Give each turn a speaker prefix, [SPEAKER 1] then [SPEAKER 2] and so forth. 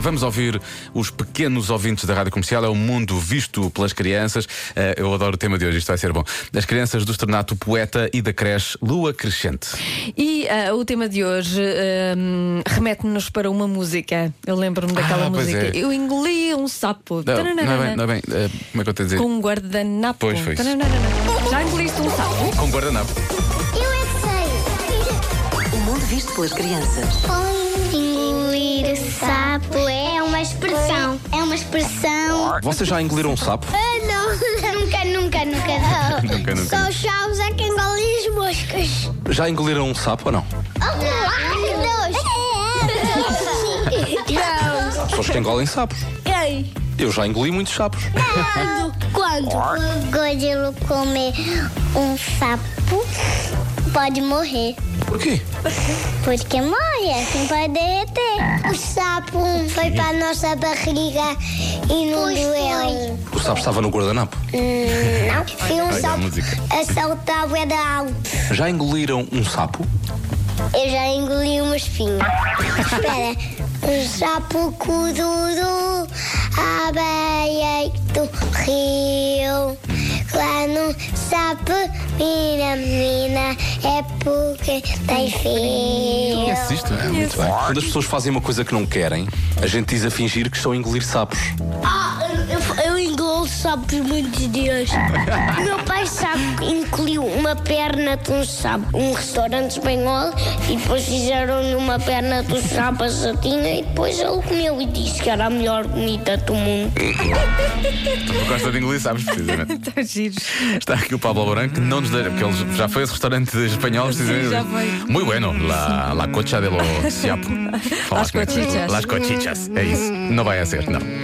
[SPEAKER 1] Vamos ouvir os pequenos ouvintes da rádio comercial. É o mundo visto pelas crianças. Eh, eu adoro o tema de hoje, isto vai ser bom. Das crianças do Estrenato Poeta e da creche Lua Crescente.
[SPEAKER 2] E ah, o tema de hoje ahm, remete-nos para uma música. Eu lembro-me daquela
[SPEAKER 1] Ah, pois
[SPEAKER 2] música.
[SPEAKER 1] é.
[SPEAKER 2] Eu engoli um sapo.
[SPEAKER 1] Não, não é
[SPEAKER 2] Taranana.
[SPEAKER 1] bem, não é bem. eh, como é que eu estou a dizer?
[SPEAKER 2] Com um guardanapo.
[SPEAKER 1] Pois foi isso.
[SPEAKER 2] Taranana. Já engoliste um sapo?
[SPEAKER 1] Com guardanapo.
[SPEAKER 3] Eu é que sei.
[SPEAKER 4] O mundo visto pelas crianças.
[SPEAKER 3] Engolir sapo é uma expressão. É uma expressão.
[SPEAKER 5] Vocês já engoliram um sapo?
[SPEAKER 3] Ah, não. Nunca, nunca, nunca. Não.
[SPEAKER 1] Nunca, nunca.
[SPEAKER 3] Só os chavos é que engolem as moscas.
[SPEAKER 5] Já engoliram um sapo ou não?
[SPEAKER 3] Oh, que nojo. Não.
[SPEAKER 5] Há pessoas que engolem sapos.
[SPEAKER 3] Quem?
[SPEAKER 5] Eu já engoli muitos sapos.
[SPEAKER 3] é, Quando? Quando? O gorila comer um sapo pode morrer.
[SPEAKER 5] Porquê?
[SPEAKER 3] Porque morre, assim pode derreter. O sapo foi para a nossa barriga e não doeu.
[SPEAKER 5] O sapo estava no guardanapo.
[SPEAKER 3] Não. E um
[SPEAKER 1] a
[SPEAKER 3] sapo
[SPEAKER 1] música.
[SPEAKER 3] a saltar o da alto.
[SPEAKER 5] Já engoliram um sapo?
[SPEAKER 3] Eu já engoli uma espinha. Espera. Um sapo cududo à beira do rio. Quando um sapo mina, mina, é porque tem fio.
[SPEAKER 1] Insisto. É,
[SPEAKER 2] muito
[SPEAKER 1] bem.
[SPEAKER 5] Quando as pessoas fazem uma coisa que não querem, a gente diz a fingir que estão a engolir sapos.
[SPEAKER 3] Ah, eu, eu engolo sapos muitos dias. O meu pai sabe que engoliu uma perna de um sapo. Um restaurante espanhol e depois fizeram-lhe uma perna do sapo assadinha e depois ele comeu e disse que era a melhor comida do mundo.
[SPEAKER 1] Gosta de inglês, sabes precisamente.
[SPEAKER 2] Está Tá giro.
[SPEAKER 1] Está aqui o Pablo Branco, que não nos deixa, porque ele já foi a esse restaurante espanhol.
[SPEAKER 2] Sim,
[SPEAKER 1] precisamente.
[SPEAKER 2] já foi.
[SPEAKER 1] Muy bueno, la, la cocha de los siapo.
[SPEAKER 2] Las cochichas.
[SPEAKER 1] Las cochichas, é isso. Não vai a ser, não.